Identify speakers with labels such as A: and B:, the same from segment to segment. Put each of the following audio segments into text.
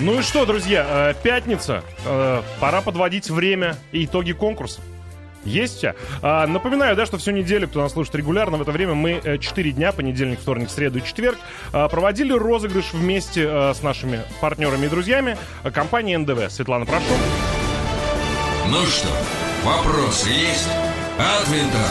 A: Ну и что, друзья, э, пятница. Э, Пора подводить время и итоги конкурса. Есть все. А, Напоминаю, да, что всю неделю, кто нас слушает регулярно, в это время мы э, четыре дня, понедельник, вторник, среду и четверг, а, проводили розыгрыш вместе э, с нашими партнерами и друзьями э, компании НДВ. Светлана, прошу.
B: Ну что, вопросы есть? От винта.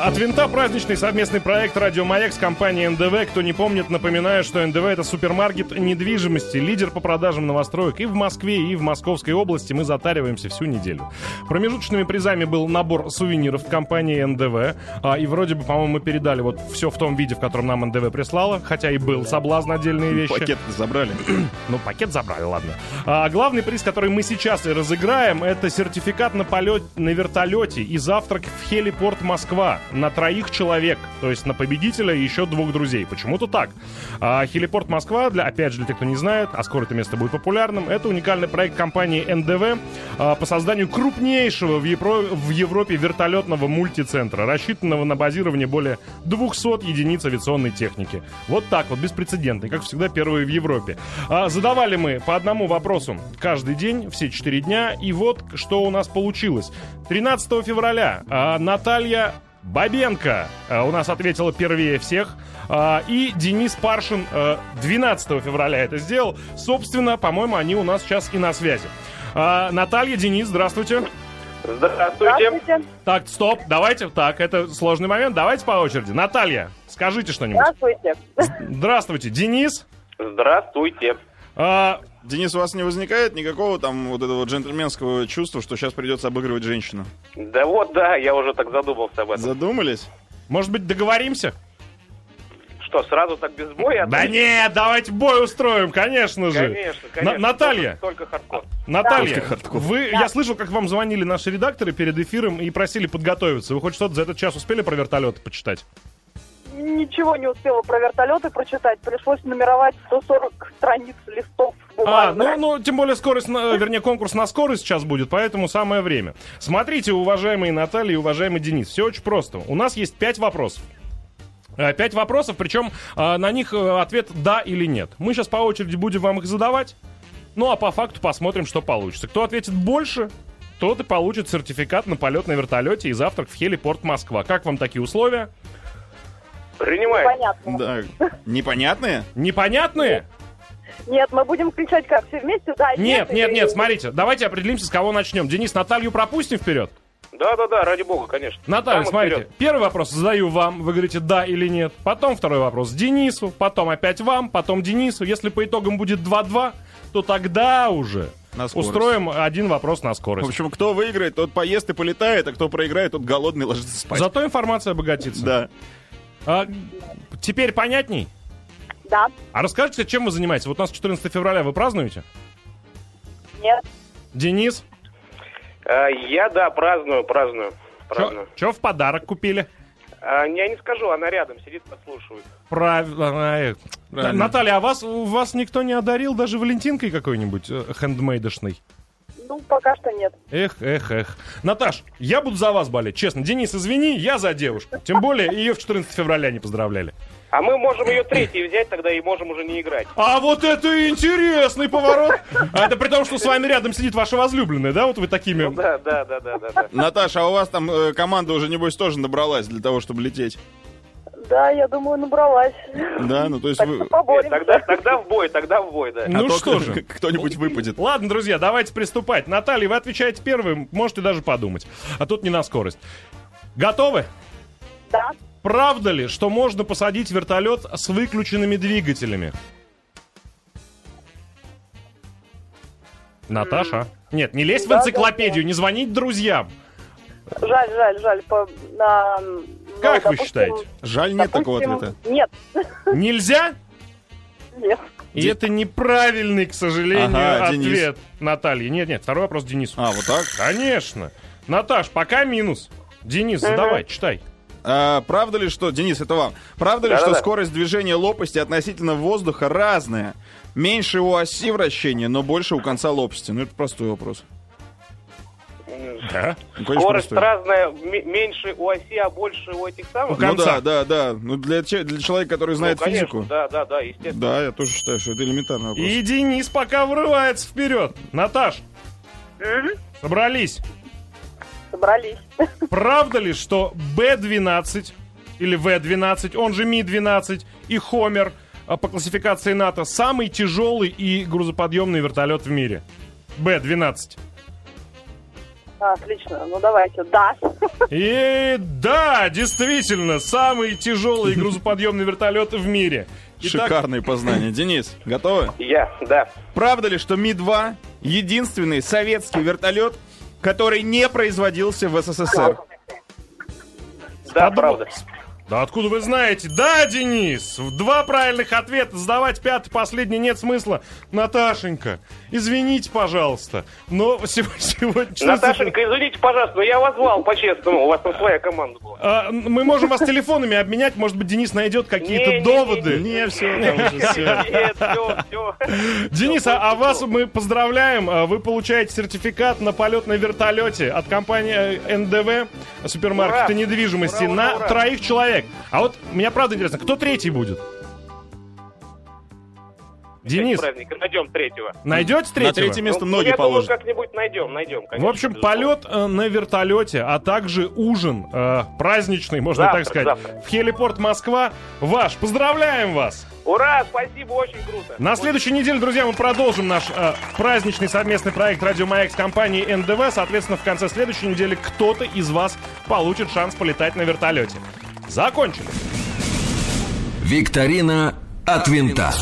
A: От винта праздничный совместный проект «Радио Маяк» с компанией НДВ. Кто не помнит, напоминаю, что НДВ – это супермаркет недвижимости, лидер по продажам новостроек и в Москве, и в Московской области. Мы затариваемся всю неделю. Промежуточными призами был набор сувениров от компании НДВ. А, и вроде бы, по-моему, мы передали вот все в том виде, в котором нам НДВ прислала, хотя и был соблазн отдельные вещи.
C: Пакет забрали.
A: Ну, пакет забрали, ладно. А, главный приз, который мы сейчас и разыграем, это сертификат на полет на вертолете и завтрак в хелипорт Москва на троих человек, то есть на победителя и еще двух друзей. Почему-то так. А, хелипорт Москва, для, опять же, для тех, кто не знает, а скоро это место будет популярным, это уникальный проект компании НДВ а, по созданию крупнейшего в, Епро- в Европе вертолетного мультицентра, рассчитанного на базирование более 200 единиц авиационной техники. Вот так вот, беспрецедентный, как всегда, первые в Европе. А, задавали мы по одному вопросу каждый день, все четыре дня, и вот что у нас получилось. 13 февраля а, Наталья Бабенко э, у нас ответила первее всех. А, И Денис Паршин э, 12 февраля это сделал. Собственно, по-моему, они у нас сейчас и на связи. А, Наталья, Денис, здравствуйте.
D: Здравствуйте.
A: Так, стоп, давайте, так, это сложный момент, давайте по очереди. Наталья, скажите что-нибудь.
D: Здравствуйте.
A: Здравствуйте, Денис.
E: Здравствуйте.
A: А,
C: Денис, у вас не возникает никакого там вот этого джентльменского чувства, что сейчас придется обыгрывать женщину?
E: Да вот, да, я уже так задумался об этом.
C: Задумались?
A: Может быть, договоримся?
E: Что, сразу так без боя?
A: Да нет, давайте бой устроим, конечно же.
E: Конечно, конечно.
A: На- Наталья.
E: Только, только хардкор.
A: Наталья,
C: Только хардкор.
A: вы, я слышал, как вам звонили наши редакторы перед эфиром и просили подготовиться. Вы хоть что-то за этот час успели про вертолеты почитать?
D: Ничего не успела про вертолеты прочитать. Пришлось нумеровать 140 страниц листов
A: А,
D: бумажных.
A: ну, ну, тем более скорость, на- вернее, конкурс на скорость сейчас будет, поэтому самое время. Смотрите, уважаемые Наталья и уважаемый Денис, все очень просто. У нас есть пять вопросов. Э, Пять вопросов, причем э, на них э, ответ «да» или «нет». Мы сейчас по очереди будем вам их задавать, ну а по факту посмотрим, что получится. Кто ответит больше, тот и получит сертификат на полет на вертолете и завтрак в хелипорт Москва. Как вам такие условия?
E: Принимаю.
D: Понятно.
C: Да. Непонятные?
A: Непонятные?
D: Нет, мы будем кричать как все вместе, да?
A: Нет,
D: или-
A: нет, нет, смотрите, давайте определимся, с кого начнем. Денис, Наталью пропустим вперед?
E: Да-да-да, ради бога, конечно.
A: Наталья,
E: Самый
A: смотрите,
E: вперед.
A: первый вопрос задаю вам, вы говорите да или нет. Потом второй вопрос Денису, потом опять вам, потом Денису. Если по итогам будет 2-2, то тогда уже
C: На скорость.
A: устроим один вопрос на
C: В
A: скорость.
C: общем, кто выиграет, тот поест и полетает, а кто проиграет, тот голодный ложится спать.
A: Зато информация обогатится.
C: Да.
A: А, теперь понятней?
D: Да,
A: А расскажите, чем вы занимаетесь? Вот у нас 14 февраля вы празднуете?
D: нет.
A: Денис,
E: А, я, да, праздную, праздную. Праздную.
A: что в подарок купили?
E: А, я не скажу, она рядом сидит, подслушивает.
A: Правильно. э,
C: а, Правильно.
A: Наталья, а вас, вас никто не одарил даже валентинкой какой-нибудь э, хендмейдошной?
D: Ну, пока что нет.
A: Эх, эх, эх. Наташ, я буду за вас болеть, честно. Денис, извини, я за девушку. Тем более, ее в 14 февраля не поздравляли.
E: А мы можем ее третьей взять тогда и можем уже не играть.
A: А вот это интересный поворот. А это при том, что с вами рядом сидит ваша возлюбленная, да? Вот вы
E: Ну
A: такими...
E: да, да, да, да, да, да.
C: Наташа, а у вас там э, команда уже, небось, тоже набралась для того, чтобы лететь?
D: Да, я думаю, набралась.
C: Да, ну то есть
D: Так что
C: вы...
D: поборемся.
E: Тогда, тогда в бой, тогда в бой, да.
A: Ну
C: а то
A: что же.
C: Кто-нибудь выпадет.
A: Ладно, друзья, давайте приступать. Наталья, вы отвечаете первым, можете даже подумать. А тут не на скорость. Готовы?
D: Да,
A: Правда ли, что можно посадить вертолет с выключенными двигателями? Наташа? Нет, не лезь в
D: Да, да,
A: энциклопедию,
D: да.
A: не звонить друзьям.
D: жаль, жаль, жаль. По, на-
A: Как
D: ну,
A: вы
D: допустим,
A: считаете?
C: Жаль, нет такого
D: допустим,
C: ответа.
D: Нет,
A: Нельзя?
D: нет.
A: И
C: Де-
A: это неправильный, к сожалению,
C: Ага, Денис.
A: ответ Натальи. Нет, нет, второй вопрос Денису.
C: А, вот так?
A: Конечно. Наташ, пока минус. Денис,
D: Мгм.
A: задавай, читай.
C: А, правда ли, что, Денис, это вам, правда ли, что
E: Да-да-да.
C: скорость движения лопасти относительно воздуха разная? Меньше у оси вращения, но больше у конца лопасти. Ну, это простой вопрос.
E: м,
A: Да?
C: Ну, конечно,
E: Скорость
C: простой.
E: разная, м- меньше у оси, а больше у этих самых.
A: Ну,
C: Ну
A: конца.
C: да, да, да. Ну для, че- для человека, который знает
E: Ну, конечно,
C: физику.
E: Да, да, да, естественно.
C: Да, я тоже считаю, что это элементарно.
A: И Денис пока вырывается вперед. Наташ, собрались.
D: Собрались.
A: Правда ли, что Б-12 или В-12, он же Ми-12 и Хомер а, по классификации НАТО самый тяжелый и грузоподъемный вертолет в мире? Б-12.
D: А, отлично. Ну, давайте. Да.
A: И да, действительно, самый тяжелый и грузоподъемный вертолет в мире. Итак,
C: Шикарные познания. Денис, готовы?
E: Я, да.
C: Правда ли, что Ми-2 единственный советский вертолет, который не производился в СССР?
E: Да,
A: Подумал.
E: правда.
A: Да откуда вы знаете? Да, Денис! Два правильных ответа. Сдавать пятый, последний нет смысла. Наташенька, извините, пожалуйста, но сего- сегодня...
E: Наташенька, извините, пожалуйста, но я вас звал, по-честному. У вас там своя команда была.
A: А, мы можем вас телефонами обменять, может быть, Денис найдет какие-то
E: Не-не-не.
A: доводы.
C: Не, все, там уже все.
E: Нет, все, все.
A: Денис,
E: Всё,
A: а, а
E: всё.
A: вас мы поздравляем. А, Вы получаете сертификат на полет на вертолете от компании э, НДВ супермаркета
E: Ура!
A: недвижимости
E: Ура, ура,
A: на
E: ура!
A: троих человек. А вот меня правда интересно, кто третий будет? Денис,
E: Найдем третьего.
A: найдете
C: На
A: третьего?
C: третье место
E: Ну,
C: ноги
E: я
C: положат.
E: думаю, как-нибудь найдем, найдем.
A: В общем, полет э, на вертолете, а также ужин э, праздничный, можно
E: Завтра,
A: так сказать,
E: завтра.
A: в хелипорт Москва ваш. Поздравляем вас!
E: Ура, спасибо, очень круто.
A: На следующей неделе, друзья, мы продолжим наш э, праздничный совместный проект «Радио Маяк» с компанией НДВ. Соответственно, в конце следующей недели кто-то из вас получит шанс полетать на вертолете. Закончили.
B: Викторина от винта.